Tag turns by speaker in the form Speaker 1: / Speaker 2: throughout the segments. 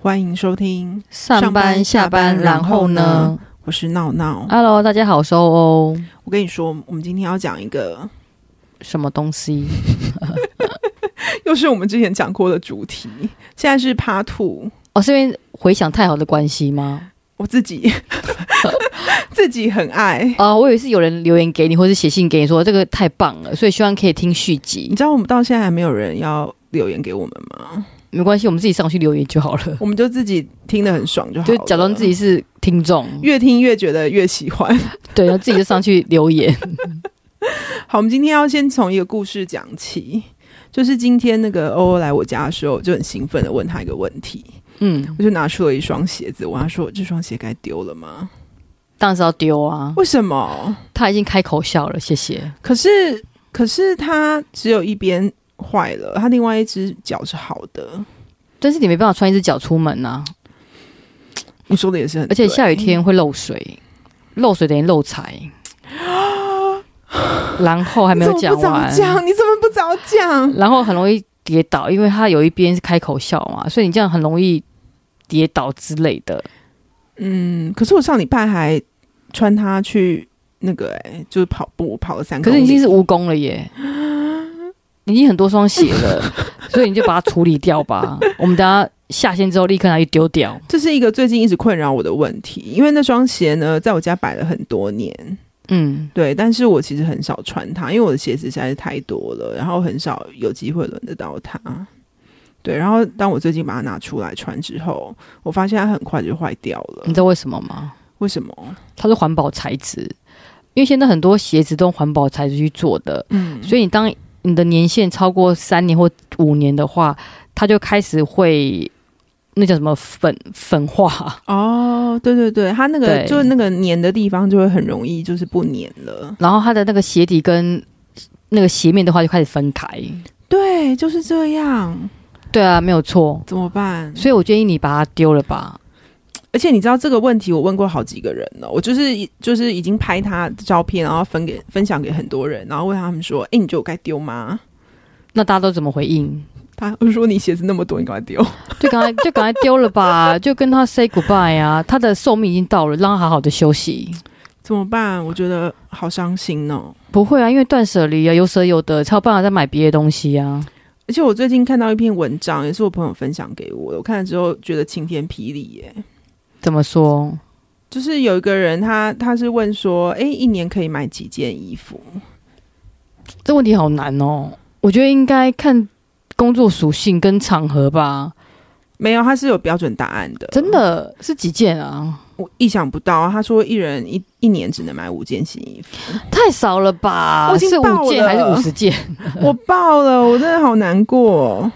Speaker 1: 欢迎收听，
Speaker 2: 上班下班，然后呢
Speaker 1: 我是闹闹。
Speaker 2: ？Hello，大家好，收哦，
Speaker 1: 我跟你说，我们今天要讲一个，
Speaker 2: 什么东西？
Speaker 1: 又是我们之前讲过的主题，现在是 Part Two。
Speaker 2: 哦，是因为回想太好的关系吗？
Speaker 1: 我自 己 自己很爱，
Speaker 2: 啊、我以为是有人留言给你，或是写信给你说这个太棒了，所以希望可以听续
Speaker 1: 你
Speaker 2: 集。
Speaker 1: 知道我们到现在还没有人要留言给我们吗？
Speaker 2: 没关系，我们自己上去留言就好 了，
Speaker 1: 我们就自己听得很爽就好
Speaker 2: 就
Speaker 1: 了，
Speaker 2: 假装自己是听众，
Speaker 1: 越听越觉得越喜欢。
Speaker 2: 对，然后自己就上去留言。
Speaker 1: 好，我们今天要先从一个故事讲起，就是今天那个欧欧来我家的时候，我就很兴奋的问他一个问题，
Speaker 2: 嗯，
Speaker 1: 我就拿出了一双鞋子，我问他说：“这双鞋该丢了吗？
Speaker 2: 当然是要丢啊，
Speaker 1: 为什么？
Speaker 2: 他已经开口笑了，谢谢。
Speaker 1: 可是，可是它只有一边坏了，它另外一只脚是好的。
Speaker 2: 但是你没办法穿一只脚出门啊呐、
Speaker 1: 你说的也是很
Speaker 2: 而
Speaker 1: 对，
Speaker 2: 且下雨天会漏水，漏水等于漏 财。然后还没有
Speaker 1: 你怎
Speaker 2: 讲
Speaker 1: 么不早
Speaker 2: 完，
Speaker 1: 讲，你怎么不早讲？
Speaker 2: 然后很容易跌倒，因为它有一边是开口笑嘛，所以你这样很容易跌倒之类的。
Speaker 1: 嗯，可是我上礼拜还穿它去那个、哎，就是跑步，跑了三
Speaker 2: 可
Speaker 1: 公
Speaker 2: 是
Speaker 1: 里。
Speaker 2: 你已经是蜈蚣 了耶，你已经很多双鞋了，所以你就把它处理掉吧。我们等下下线之后立刻拿去丢掉。
Speaker 1: 这是一个最近一直困扰我的问题，因为那双鞋呢，在我家摆了很多年，
Speaker 2: 嗯，
Speaker 1: 对，但是我其实很少穿它，因为我的鞋子实在是太多了，然后很少有机会轮得到它。对，然后当我最近把它拿出来穿之后，我发现它很快就坏掉了
Speaker 2: 你。知道为什么吗？
Speaker 1: 为什么？
Speaker 2: 它是环保材质，因为现在很多鞋子都用环保材质去做的，
Speaker 1: 嗯，
Speaker 2: 所以你当你的年限超过三年或五年的话，它就开始会那叫什么粉粉化。
Speaker 1: 哦，对对对，它那个
Speaker 2: 对
Speaker 1: 就是那个粘的地方就会很容易就是不粘了。
Speaker 2: 然后它的那个鞋底跟那个鞋面的话就开始分开。
Speaker 1: 对，就是这样，
Speaker 2: 对啊，没有错。
Speaker 1: 怎么办？
Speaker 2: 所以我建议你把它丢了吧。
Speaker 1: 而且你知道这个问题，我问过好几个人了。我就是就是已经拍他的照片，然后分给分享给很多人，然后问他们说：“哎、你觉得我该丢吗
Speaker 2: 那大家都怎么回应？？”
Speaker 1: 他我说：“你鞋子那么多，你赶快丢。
Speaker 2: 就赶快 就赶快丢了吧，就跟他 say goodbye 啊。他的寿命已经到了，让他好好的休息。”
Speaker 1: 怎么办？我觉得好伤心哦。
Speaker 2: 不会啊，因为断舍离啊，有舍有得，才有办法再买别的东西啊。
Speaker 1: 而且我最近看到一篇文章，也是我朋友分享给我的，我看了之后觉得晴天霹雳耶。
Speaker 2: 怎么说？
Speaker 1: 就是有一个人他他是问说：“哎、一年可以买几件衣服
Speaker 2: 这问题好难哦。我觉得应该看工作属性跟场合吧。？”
Speaker 1: 没有，他是有标准答案的，
Speaker 2: 真的是几件啊？
Speaker 1: 我意想不到。他说一人一一年只能买五件新 衣服。
Speaker 2: 太少了吧？
Speaker 1: 我已经
Speaker 2: 是
Speaker 1: 爆
Speaker 2: 五件
Speaker 1: 了
Speaker 2: 还是五十件？
Speaker 1: 我爆了，我真的好难 过。哦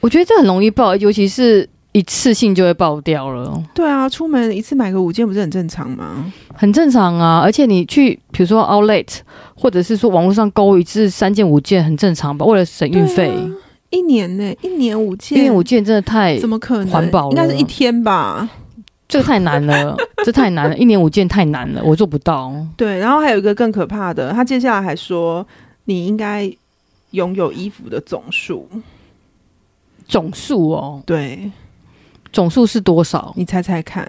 Speaker 2: 我觉得这很容易爆，尤其是一次性就会爆掉了，
Speaker 1: 对啊，出门一次买个五件不是很正常吗？
Speaker 2: 很正常啊。而且你去，比如说 Outlet，或者是说网络上购一次三件五件，很正常吧？为了省运费，
Speaker 1: 对啊一年呢、一年五件，
Speaker 2: 因为五件真的太
Speaker 1: 怎么可能？
Speaker 2: 环保了
Speaker 1: 应该是一天吧。
Speaker 2: 这个太难 了，这太难了，一年五件太难了，我做不到。
Speaker 1: 对，然后还有一个更可怕的，他接下来还说你应该拥有衣服的总数。
Speaker 2: 总数哦，
Speaker 1: 对
Speaker 2: 总数是多少？
Speaker 1: 你猜猜看，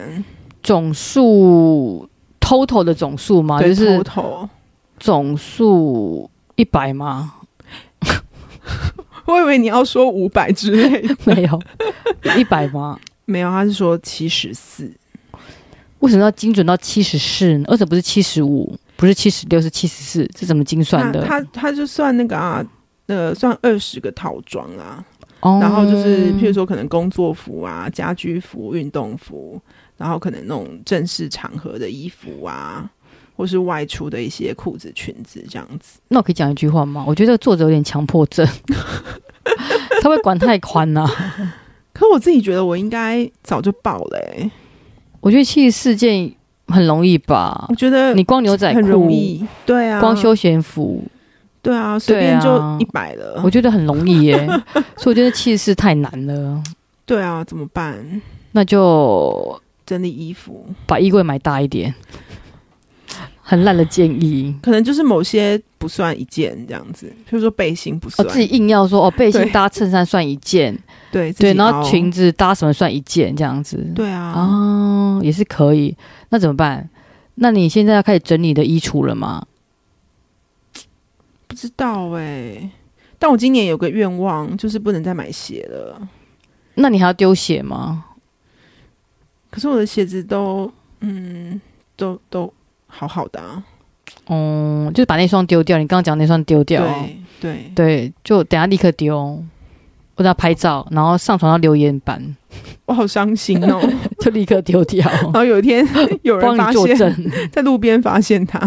Speaker 2: 总数 total 的总数吗？
Speaker 1: 对
Speaker 2: 啊就是
Speaker 1: 头，
Speaker 2: 总数一百吗？
Speaker 1: 我以为你要说五百之类 的，
Speaker 2: 没有，一百吗？
Speaker 1: 没有，他是说七十四。
Speaker 2: 为什么要精准到七十四呢？为什么不是七十五？不是七十六，是七十四，这怎么精算
Speaker 1: 他
Speaker 2: 的？
Speaker 1: 他他就算那个啊，呃，算二十个套装啊。
Speaker 2: 哦
Speaker 1: 然后就是，譬如说，可能工作服啊、家居服、运动服，然后可能那种正式场合的衣服啊，或是外出的一些裤子、裙子这样子。
Speaker 2: 那我可以讲一句话吗？我觉得作者有点强迫症， 他会管太宽啊了、
Speaker 1: 可我自己觉得，我应该早就爆了、欸，
Speaker 2: 我觉得七十四件很容易吧
Speaker 1: 我？觉得
Speaker 2: 你光牛仔
Speaker 1: 很容
Speaker 2: 裤，
Speaker 1: 易，对啊，
Speaker 2: 光休闲服，
Speaker 1: 对啊，随便
Speaker 2: 对
Speaker 1: 就
Speaker 2: 啊
Speaker 1: 一百了
Speaker 2: 我，觉得很容易耶、所以我觉得七十四太难了，
Speaker 1: 对啊，怎么办？
Speaker 2: 那就
Speaker 1: 整理衣服，
Speaker 2: 把衣柜买大一点。很烂的建议。
Speaker 1: 可能就是某些不算一件这样子，比如说背心不
Speaker 2: 哦，
Speaker 1: 算，
Speaker 2: 自己硬要说哦，背心
Speaker 1: 对
Speaker 2: 搭衬衫算一件，
Speaker 1: 对自己
Speaker 2: 对，然后
Speaker 1: 凹
Speaker 2: 裙子搭什么算一件这样子。
Speaker 1: 对啊，
Speaker 2: 哦，也是可以。那怎么办？那你现在要开始整理你的衣橱了吗？
Speaker 1: 不知道哎、但我今年有个愿望，就是不能再买鞋了。
Speaker 2: 那你还要丢鞋吗？
Speaker 1: 可是我的鞋子都，嗯，都都好好的、啊，
Speaker 2: 哦、就是把那双丢掉。你刚刚讲那双丢掉，
Speaker 1: 对对
Speaker 2: 对，就等下立刻丢，或者拍照，然后上传到留言板，
Speaker 1: 我好伤心 哦。
Speaker 2: 就立刻丢掉，
Speaker 1: 然后 有一 天有人
Speaker 2: 帮
Speaker 1: 发
Speaker 2: 你作
Speaker 1: 现，
Speaker 2: 证，
Speaker 1: 在路边发现它，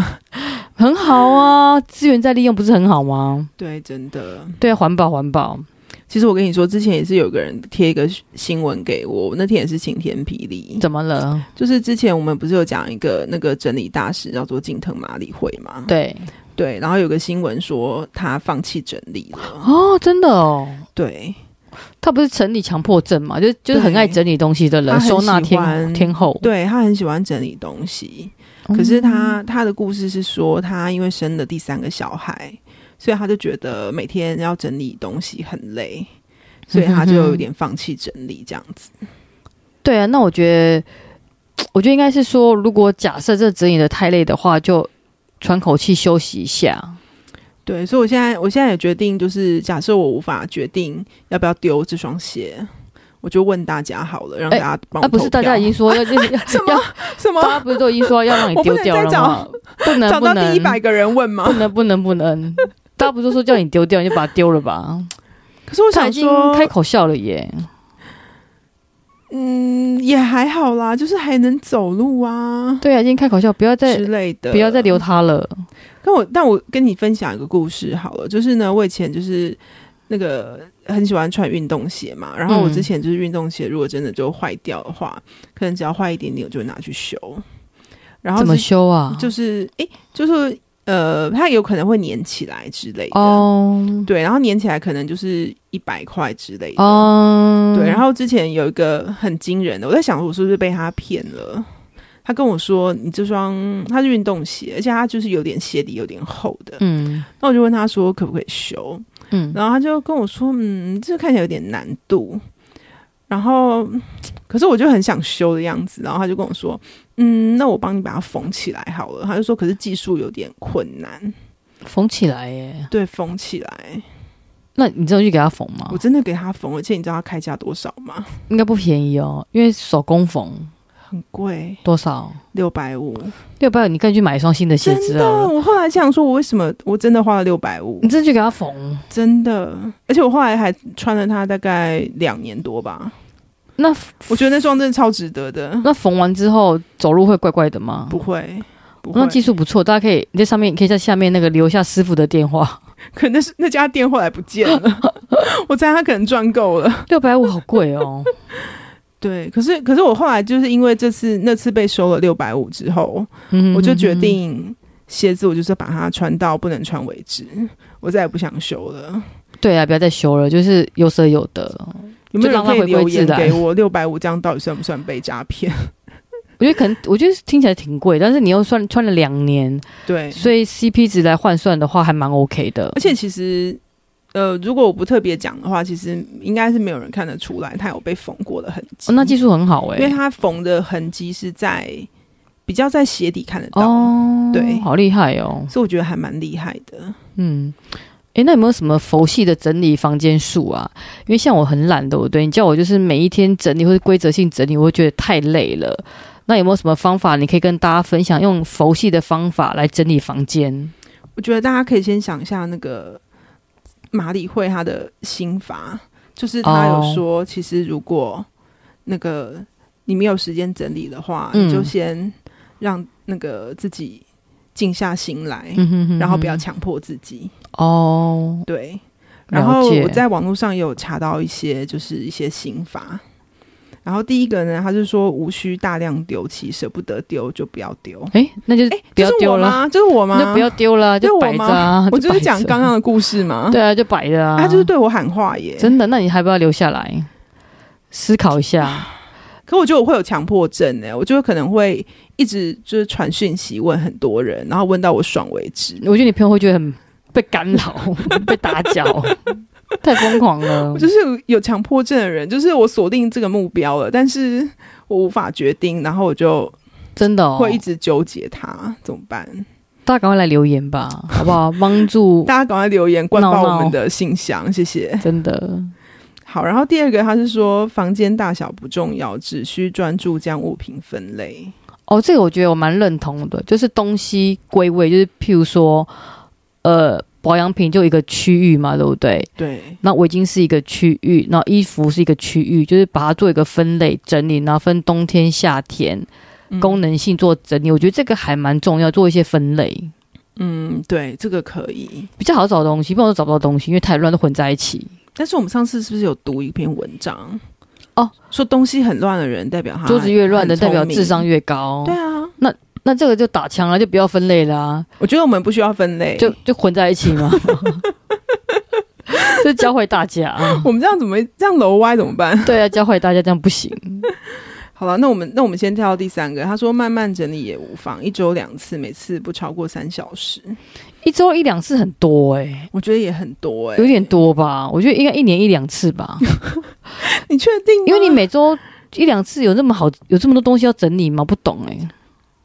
Speaker 2: 很好啊，资源再利用不是很好吗？
Speaker 1: 对，真的。
Speaker 2: 对啊，环保环保，
Speaker 1: 其实我跟你说，之前也是有个人贴一个新闻给我，那天也是晴天霹雳。
Speaker 2: 怎么了？
Speaker 1: 就是之前我们不是有讲一个那个整理大师叫做近藤麻里惠嘛？
Speaker 2: 对，
Speaker 1: 对，然后有个新闻说他放弃整理了，
Speaker 2: 哦，真的哦，
Speaker 1: 对，
Speaker 2: 他不是整理强迫症嘛，就就是很爱整理东西的人，
Speaker 1: 他很
Speaker 2: 收纳
Speaker 1: 喜欢
Speaker 2: 天天后。嗯
Speaker 1: 对他很喜欢整理东西，
Speaker 2: 哦
Speaker 1: 可是他他的故事是说，他因为生了第三个小孩，所以他就觉得每天要整理东西很累，所以他就有点放弃整理这样 子。
Speaker 2: 对啊，那我觉得，我觉得应该是说，如果假设这整理的太累的话，就喘口气休息一下。
Speaker 1: 对，所以我现在我现在也决定，就是假设我无法决定要不要丢这双鞋，我就问大家好了，让大
Speaker 2: 哎
Speaker 1: 家帮我、
Speaker 2: 啊，不是，大家已经说要要要
Speaker 1: 什么什
Speaker 2: 大家
Speaker 1: 么
Speaker 2: 不是都已经说要让你丢掉了吗？不能
Speaker 1: 找
Speaker 2: 不
Speaker 1: 到
Speaker 2: 能
Speaker 1: 第一百个人问吗
Speaker 2: 不？能不能不能，大家不是说叫你丢掉，你就把它丢了吧？
Speaker 1: 可是我
Speaker 2: 他已
Speaker 1: 想
Speaker 2: 经
Speaker 1: 说，
Speaker 2: 开口笑了耶，
Speaker 1: 嗯，也还好啦，就是还能走路啊
Speaker 2: 对啊，已经开口笑，不要再
Speaker 1: 之类的，
Speaker 2: 不要再留他了。
Speaker 1: 跟我，但我跟你分享一个故事好了，就是呢，我以前就是那个很喜欢穿运动鞋嘛，然后我
Speaker 2: 嗯
Speaker 1: 之前就是运动鞋，如果真的就坏掉的话，可能只要坏一点点，我就会拿去修。然后
Speaker 2: 怎么
Speaker 1: 是
Speaker 2: 修啊？
Speaker 1: 就是诶，就是呃，它有可能会粘起来之类的，
Speaker 2: 哦
Speaker 1: 对，然后粘起来可能就是一百块之类的。
Speaker 2: 哦，
Speaker 1: 对，然后之前有一个很惊人的，我在想我是不是被他骗了。他跟我说，你这双它是运动鞋，而且它就是有点鞋底有点厚的。
Speaker 2: 嗯
Speaker 1: 那我就问他说可不可以修，
Speaker 2: 嗯，
Speaker 1: 然后他就跟我说，嗯，这个看起来有点难度。然后，可是我就很想修的样子，然后他就跟我说，嗯，那我帮你把它缝起来好了。他就说，可是技术有点困难，
Speaker 2: 缝起来耶。
Speaker 1: 对，缝起来。
Speaker 2: 那你真的去给他缝吗
Speaker 1: 我？真的给他缝，而且你知道他开价多少吗？
Speaker 2: 应该不便宜哦，因为手工缝
Speaker 1: 很贵，
Speaker 2: 多少？
Speaker 1: 六百五。
Speaker 2: 六百，你可以去买一双新的鞋
Speaker 1: 真
Speaker 2: 子
Speaker 1: 的，
Speaker 2: 啊！
Speaker 1: 我后来想说，我为什么我真的花了六百五
Speaker 2: 你，真的去给他缝？
Speaker 1: 真的，而且我后来还穿了它大概两年多吧。
Speaker 2: 那
Speaker 1: 我觉得那双真的超值得的，
Speaker 2: 那缝完之后走路会怪怪的吗？
Speaker 1: 不会，不会
Speaker 2: 那。技术不错，大家可以你在上面，你可以在下面那个留下师傅的 电话。
Speaker 1: 可能是那家店后来不见了， 我猜他可能赚够了。
Speaker 2: 六百五好 贵哦，
Speaker 1: 对，可是可是我后来就是因为这次那次被收了六百五之后，
Speaker 2: 嗯
Speaker 1: 我就决定鞋子我就是把它穿到不能穿为止，我再也不想修了。
Speaker 2: 对啊，不要再修了，就是有舍有得。
Speaker 1: 有没有
Speaker 2: 就
Speaker 1: 人
Speaker 2: 让它
Speaker 1: 可以留言
Speaker 2: 回归自然
Speaker 1: 给我六百五这样到底算不算被诈骗？
Speaker 2: 我觉得可能，我觉得听起来挺贵，但是你又算穿了两年，
Speaker 1: 对，
Speaker 2: 所以 CP 值来换算的话，还蛮 OK 的
Speaker 1: 而。且其实，呃，如果我不特别讲的话，其实应该是没有人看得出来它有被缝过的痕迹。
Speaker 2: 哦、那技术很好哎、
Speaker 1: 因为它缝的痕迹是在比较在鞋底看得到，
Speaker 2: 哦，
Speaker 1: 对
Speaker 2: 好厉害哦，
Speaker 1: 所以我觉得还蛮厉害的。
Speaker 2: 嗯。诶，那有没有什么佛系的整理房间术啊？因为像我很懒的，我对你叫我就是每一天整理或者规则性整理，我会觉得太累了。那有没有什么方法你可以跟大家分享，用佛系的方法来整理房间？
Speaker 1: 我觉得大家可以先想一下那个马里会他的心法，就是他
Speaker 2: 哦
Speaker 1: 有说，其实如果那个你没有时间整理的话，
Speaker 2: 嗯
Speaker 1: 你就先让那个自己静下心来，
Speaker 2: 嗯哼哼
Speaker 1: 然后不要强迫自己。
Speaker 2: 哦，
Speaker 1: 对，然
Speaker 2: 了
Speaker 1: 后
Speaker 2: 解。
Speaker 1: 我在网络上也有查到一些，就是一些刑罚。然后第一个呢，他是说无需大量丢弃，舍不得丢就不要丢。
Speaker 2: 诶，那就
Speaker 1: 哎，
Speaker 2: 不
Speaker 1: 这
Speaker 2: 要
Speaker 1: 是
Speaker 2: 丢
Speaker 1: 我
Speaker 2: 了，
Speaker 1: 吗？这是我吗？
Speaker 2: 那就不要丢了，
Speaker 1: 这是
Speaker 2: 就
Speaker 1: 我
Speaker 2: 摆着啊。
Speaker 1: 我就是
Speaker 2: 摆着
Speaker 1: 讲刚刚的故事嘛。
Speaker 2: 对啊，就摆着啊。
Speaker 1: 他就是对我喊话耶。
Speaker 2: 真的，那你还不要留下来思考一下？
Speaker 1: 可我觉得我会有强迫症哎、我就可能会一直就是传讯息问很多人，然后问到我爽为止。
Speaker 2: 我觉得你朋友会觉得很被 干扰、被打搅，太疯狂了
Speaker 1: 我。就是有强迫症的人，就是我锁定这个目标了，但是我无法决定，然后我就
Speaker 2: 真的哦，
Speaker 1: 会一直纠结它，怎么办？
Speaker 2: 大家赶快来留言吧，好 不好？帮助
Speaker 1: 大家赶快留言灌
Speaker 2: 闹
Speaker 1: 爆
Speaker 2: 闹
Speaker 1: 我们的信箱，谢谢。
Speaker 2: 真的
Speaker 1: 好，然后第二个他是说房间大小不重要，只需专注将物品分类。
Speaker 2: 哦，这个我觉得我蛮认同的，就是东西归位，就是譬如说，呃，保养品就一个区域嘛，对不对？
Speaker 1: 对，
Speaker 2: 那围巾是一个区域，然后衣服是一个区域，就是把它做一个分类整理，然后分冬天、夏天，功能性做整理。我觉得这个还蛮重要，做一些分类
Speaker 1: 嗯，对，这个可以。
Speaker 2: 比较好找东西，不然我找不到东西，因为太乱都混在一起。
Speaker 1: 但是我们上次是不是有读一篇文章？
Speaker 2: 哦，
Speaker 1: 说东西很乱的人代表他
Speaker 2: 桌子越乱的，
Speaker 1: 很聪
Speaker 2: 代表
Speaker 1: 啊明
Speaker 2: 智商越高
Speaker 1: 对。啊，
Speaker 2: 那这个就打枪了，就不要分类啦、
Speaker 1: 我觉得我们不需要分类，
Speaker 2: 就就混在一起嘛，就教坏大家。
Speaker 1: 我们这样怎么这样楼歪怎么办？
Speaker 2: 对啊，教坏大家这样不行。
Speaker 1: 好了，那我们那我们先跳到第三个。他说慢慢整理也无妨，一周两次，每次不超过三小时，
Speaker 2: 一周一两次很多哎、
Speaker 1: 我觉得也很多哎、
Speaker 2: 有点多吧？我觉得应该一年一两次吧，
Speaker 1: 你确定吗？
Speaker 2: 因为你每周一两次有那么好，有这么多东西要整理吗？不懂哎、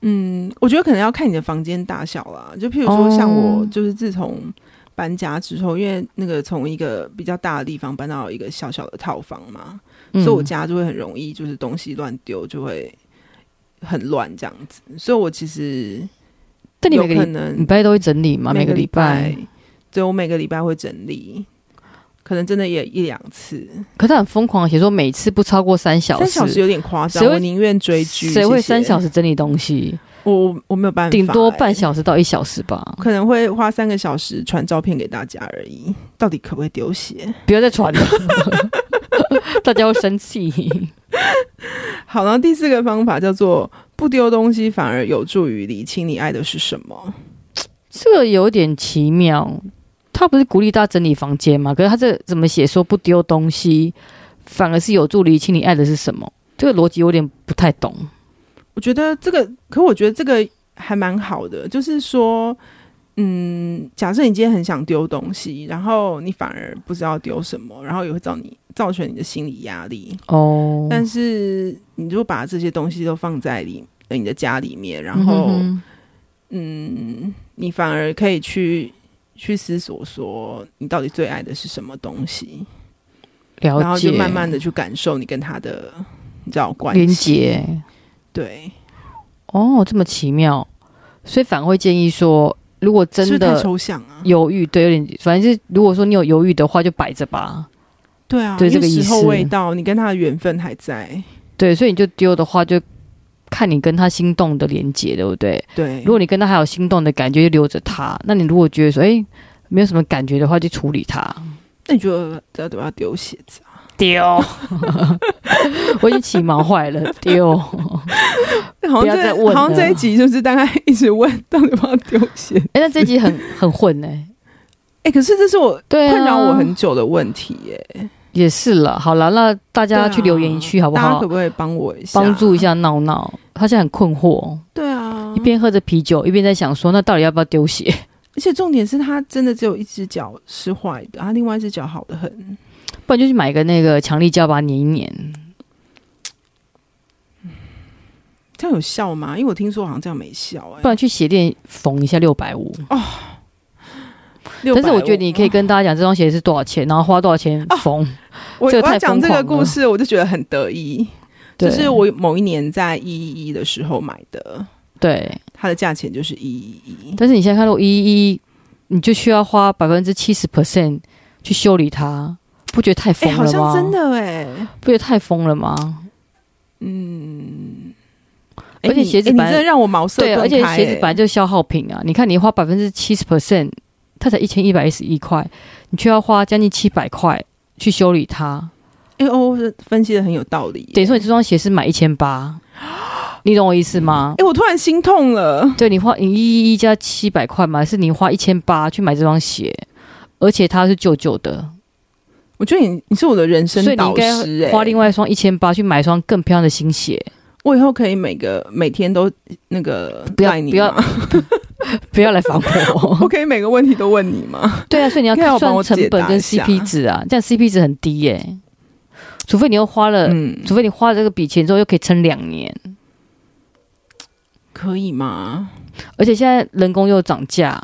Speaker 1: 嗯，我觉得可能要看你的房间大小啦。就譬如说，像我
Speaker 2: 哦
Speaker 1: 就是自从搬家之后，因为那个从一个比较大的地方搬到一个小小的套房嘛，
Speaker 2: 嗯
Speaker 1: 所以我家就会很容易就是东西乱丢，就会很乱这样子。所以我其实
Speaker 2: 但你
Speaker 1: 有
Speaker 2: 每
Speaker 1: 可
Speaker 2: 个礼礼
Speaker 1: 能
Speaker 2: 拜都会整理吗？每
Speaker 1: 每
Speaker 2: 个礼拜
Speaker 1: 拜，，对我每个礼拜会整理，可能真的也一两次，
Speaker 2: 可他很疯狂，写说每次不超过三小时，
Speaker 1: 三小时有点夸张，
Speaker 2: 谁会
Speaker 1: 我宁愿追剧。
Speaker 2: 谁会三小
Speaker 1: 时？
Speaker 2: 时整理东西？
Speaker 1: 我我我没有办法、
Speaker 2: 顶多半
Speaker 1: 欸
Speaker 2: 小时到一小时吧，
Speaker 1: 可能会花三个小时传照片给大家而已，到底可不可以丢鞋？
Speaker 2: 不要再传 了， 大家会生气。
Speaker 1: 好，然后第四个方法叫做不丢东西，反而有助于理清你爱的是什么。
Speaker 2: 这个有点奇妙，他不是鼓励大家整理房间吗？可是他这怎么写说不丢东西，反而是有助理清你爱的是什么？这个逻辑有点不太懂。
Speaker 1: 我觉得这个，可我觉得这个还蛮好的，就是说，嗯，假设你今天很想丢东西，然后你反而不知道丢什么，然后也会造你造成你的心理压力。
Speaker 2: 哦，
Speaker 1: 但是你就把这些东西都放在里呃你的家里面，然后
Speaker 2: 嗯哼
Speaker 1: 嗯，你反而可以去去思索说你到底最爱的是什么东西，
Speaker 2: 哼
Speaker 1: 然
Speaker 2: 了
Speaker 1: 后
Speaker 2: 解，
Speaker 1: 就慢慢的去感受你跟他的你知道关
Speaker 2: 连
Speaker 1: 系。
Speaker 2: 接。
Speaker 1: 对，
Speaker 2: 哦，这么奇妙，所以反而会建议说，如果
Speaker 1: 是不
Speaker 2: 真
Speaker 1: 是太
Speaker 2: 的
Speaker 1: 抽象啊？
Speaker 2: 犹豫，对，有点，反正是如果说你有犹豫的话，就摆着吧。
Speaker 1: 对啊，
Speaker 2: 对
Speaker 1: 因为
Speaker 2: 这个意
Speaker 1: 时候
Speaker 2: 思
Speaker 1: 未到，你跟他的缘分还在。
Speaker 2: 对，所以你就丢的话，就看你跟他心动的连接，对不对？
Speaker 1: 对，
Speaker 2: 如果你跟他还有心动的感觉，就留着他。那你如果觉得说，哎、没有什么感觉的话，就处理他。
Speaker 1: 那你觉得要不要丢鞋子啊？
Speaker 2: 丢， 我已经起毛坏了，丢。
Speaker 1: 好
Speaker 2: 不要
Speaker 1: 像
Speaker 2: 再
Speaker 1: 这
Speaker 2: 问了
Speaker 1: 好像这一集就是大概一直问到底要不要丢鞋。
Speaker 2: 哎、那这一集 很很混哎、
Speaker 1: 哎、可是这是我
Speaker 2: 对啊，
Speaker 1: 困扰我很久的问题耶、
Speaker 2: 也是了。好了，那大家去留言区好不
Speaker 1: 啊大家
Speaker 2: 好
Speaker 1: 可？不可以帮我一下？
Speaker 2: 帮助一？下闹闹，他现在很困惑，
Speaker 1: 对啊，
Speaker 2: 一边喝着啤酒，一边在想说，那到底要不要丢鞋？
Speaker 1: 而且重点是他真的只有一只脚是坏的，他另外一只脚好的很。
Speaker 2: 不然就去买个那个强力胶把它粘一粘。
Speaker 1: 这样有效吗？因为我听说好像这样没效哎、
Speaker 2: 不然去鞋店缝一下六百五。
Speaker 1: 600
Speaker 2: 但是我觉得你可以跟大家讲这双鞋是多少钱，然后花多少钱
Speaker 1: 啊
Speaker 2: 缝。
Speaker 1: 我
Speaker 2: 这
Speaker 1: 我
Speaker 2: 个
Speaker 1: 要
Speaker 2: 太
Speaker 1: 讲
Speaker 2: 疯
Speaker 1: 这个
Speaker 2: 狂
Speaker 1: 故
Speaker 2: 了
Speaker 1: 事，我就觉得很得意。
Speaker 2: 对
Speaker 1: 就是我某一年在一一一的时候买的，
Speaker 2: 对，
Speaker 1: 它的价钱就是一一一。
Speaker 2: 但是你现在看到一一，你就需要花百分之七十 percent 去修理它，不觉得太
Speaker 1: 哎、
Speaker 2: 疯
Speaker 1: 好
Speaker 2: 了吗？
Speaker 1: 像真，的哎、
Speaker 2: 不觉得太疯了吗？
Speaker 1: 哎
Speaker 2: 而且
Speaker 1: 你
Speaker 2: 鞋子
Speaker 1: 哎你
Speaker 2: 本来
Speaker 1: 真的让我茅塞
Speaker 2: 对，啊
Speaker 1: 顿开、
Speaker 2: 而且鞋子本来
Speaker 1: 哎
Speaker 2: 就消耗品啊，你看你花百分之七十 percent，它才一千一百一十一块，你却要花将近七百块去修理它，
Speaker 1: 哎、哦，分析的很有道理、
Speaker 2: 等于说你这双鞋是买一千八，你懂我意思吗
Speaker 1: 哎、？我突然心痛了。
Speaker 2: 对你花你一一加七百块嘛，还是你花一千八去买这双鞋，而且它是旧旧的，
Speaker 1: 我觉得你你是我的人生
Speaker 2: 所以你应
Speaker 1: 导师、
Speaker 2: 该
Speaker 1: 欸，
Speaker 2: 花另外一双一千八去买一双更漂亮的新鞋，
Speaker 1: 我以后可以每个每天都那个
Speaker 2: 不要
Speaker 1: 赖你
Speaker 2: 不要
Speaker 1: 吗
Speaker 2: 不要来烦
Speaker 1: 我
Speaker 2: 我。
Speaker 1: 可以每个问题都问你吗？
Speaker 2: 对啊，所以你
Speaker 1: 应该
Speaker 2: 要
Speaker 1: 要帮
Speaker 2: 算
Speaker 1: 我
Speaker 2: 成
Speaker 1: 解
Speaker 2: 本
Speaker 1: 答
Speaker 2: 跟
Speaker 1: 一下
Speaker 2: CP 值啊，这样 CP 值很低耶、除非你又花了，
Speaker 1: 嗯，
Speaker 2: 除非你花了这个笔钱之后又可以撑两年，
Speaker 1: 可以吗？
Speaker 2: 而且现在人工又涨价，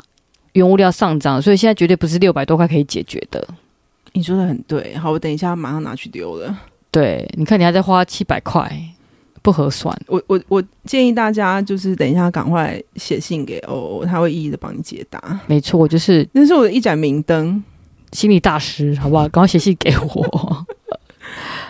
Speaker 2: 原物料上涨，所以现在绝对不是六百多块可以解决的。
Speaker 1: 你说的很对，好，我等一下马上拿去丢了。
Speaker 2: 对，你看你还在花七百块，不合算。
Speaker 1: 我我我建议大家就是等一下赶快写信给欧欧，他会一一的帮你解答。
Speaker 2: 没错，我就是
Speaker 1: 那是我的一盏明灯。
Speaker 2: 心理大师，好不好？赶快写信给 我。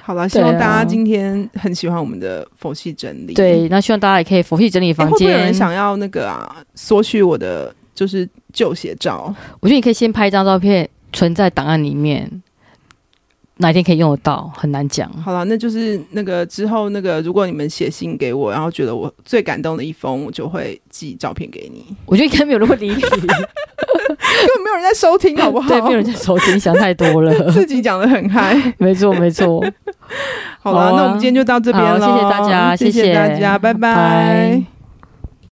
Speaker 1: 好了，希望
Speaker 2: 对啊
Speaker 1: 大家今天很喜欢我们的佛系整理。
Speaker 2: 对，那希望大家也可以佛系整理
Speaker 1: 诶，
Speaker 2: 房
Speaker 1: 会不会有
Speaker 2: 间。
Speaker 1: 人想要那个啊？索取我的就是旧鞋照，
Speaker 2: 我觉得你可以先拍一张照片存在档案里面，哪一天可以用得到，很难讲。
Speaker 1: 好了，那就是那个之后那个，如果你们写信给我，然后觉得我最感动的一封，我就会寄照片给你。
Speaker 2: 我觉得应该没有那么离题，
Speaker 1: 根本没有人在收听，好不好？
Speaker 2: 对，没有人在收听，你想太多了。
Speaker 1: 自己讲的很嗨。
Speaker 2: 没错，没错。
Speaker 1: 好了，
Speaker 2: 好啊
Speaker 1: 那我们今天就到这边
Speaker 2: 好
Speaker 1: 了，
Speaker 2: 谢谢大家
Speaker 1: 谢
Speaker 2: 谢谢
Speaker 1: 大家，拜
Speaker 2: 拜
Speaker 1: 拜